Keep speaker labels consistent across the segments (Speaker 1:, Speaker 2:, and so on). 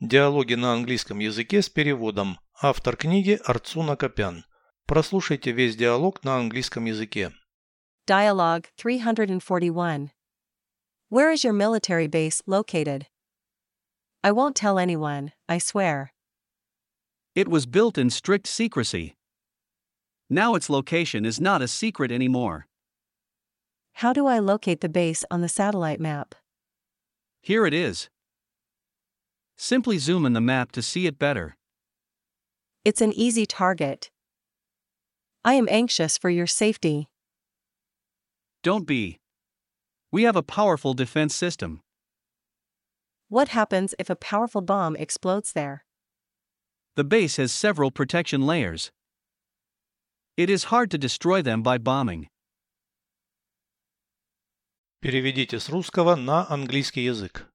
Speaker 1: Диалоги на английском языке с переводом. Автор книги Арцуна Копян. Прослушайте весь диалог на английском языке.
Speaker 2: Dialogue 341. Where is your military base located? I won't tell anyone, I swear.
Speaker 3: It was built in strict secrecy. Now its location is not a secret anymore.
Speaker 2: How do I locate the base on the satellite map?
Speaker 3: Here it is. Simply zoom in the map to see it better.
Speaker 2: It's an easy target. I am anxious for your safety.
Speaker 3: Don't be. We have a powerful defense system.
Speaker 2: What happens if a powerful bomb explodes there?
Speaker 3: The base has several protection layers. It is hard to destroy them by bombing.
Speaker 1: Переведите с русского на английский язык.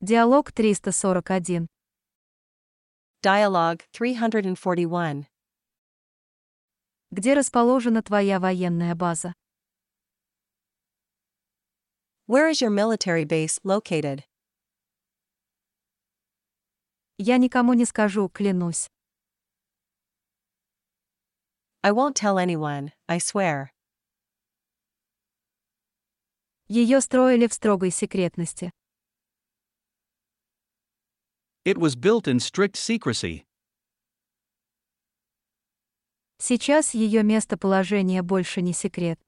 Speaker 4: Диалог 341.
Speaker 2: Dialogue 341.
Speaker 4: Где расположена твоя военная база?
Speaker 2: Where is your military base located?
Speaker 4: Я никому не скажу, клянусь.
Speaker 2: I won't tell anyone, I swear.
Speaker 4: Ее строили в строгой секретности.
Speaker 3: It was built in strict secrecy.
Speaker 4: Сейчас ее местоположение больше не секрет.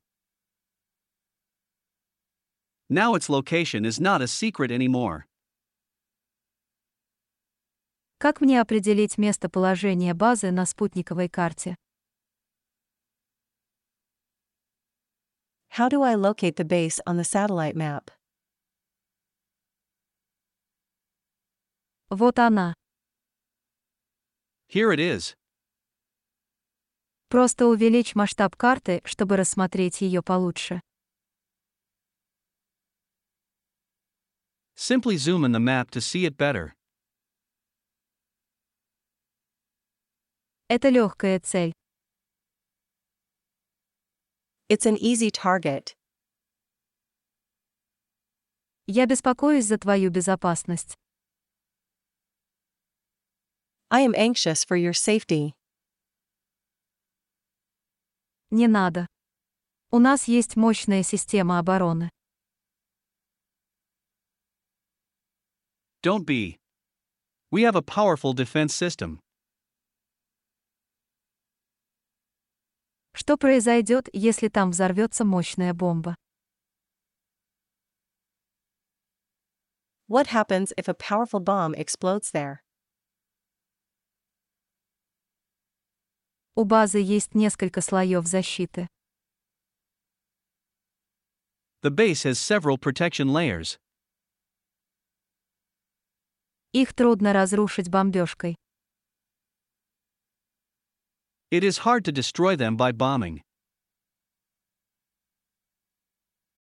Speaker 3: Now its location is not a secret anymore.
Speaker 4: Как мне определить местоположение базы на спутниковой карте?
Speaker 2: How do I locate the base on the satellite map?
Speaker 4: Вот она.
Speaker 3: Here it is.
Speaker 4: Просто увеличь масштаб карты, чтобы рассмотреть ее получше.
Speaker 3: Simply zoom in the map to see it better.
Speaker 4: Это легкая цель.
Speaker 2: It's an easy target.
Speaker 4: Я беспокоюсь за твою безопасность.
Speaker 2: I am anxious for your safety.
Speaker 4: Не надо. У нас есть мощная система обороны.
Speaker 3: Don't be. We have a powerful defense system.
Speaker 4: Что произойдет, если там взорвется мощная бомба?
Speaker 2: What happens if a powerful bomb explodes there?
Speaker 4: У базы есть несколько слоев защиты.
Speaker 3: The base has several protection layers.
Speaker 4: Их трудно разрушить бомбежкой.
Speaker 3: It is hard to destroy them by bombing.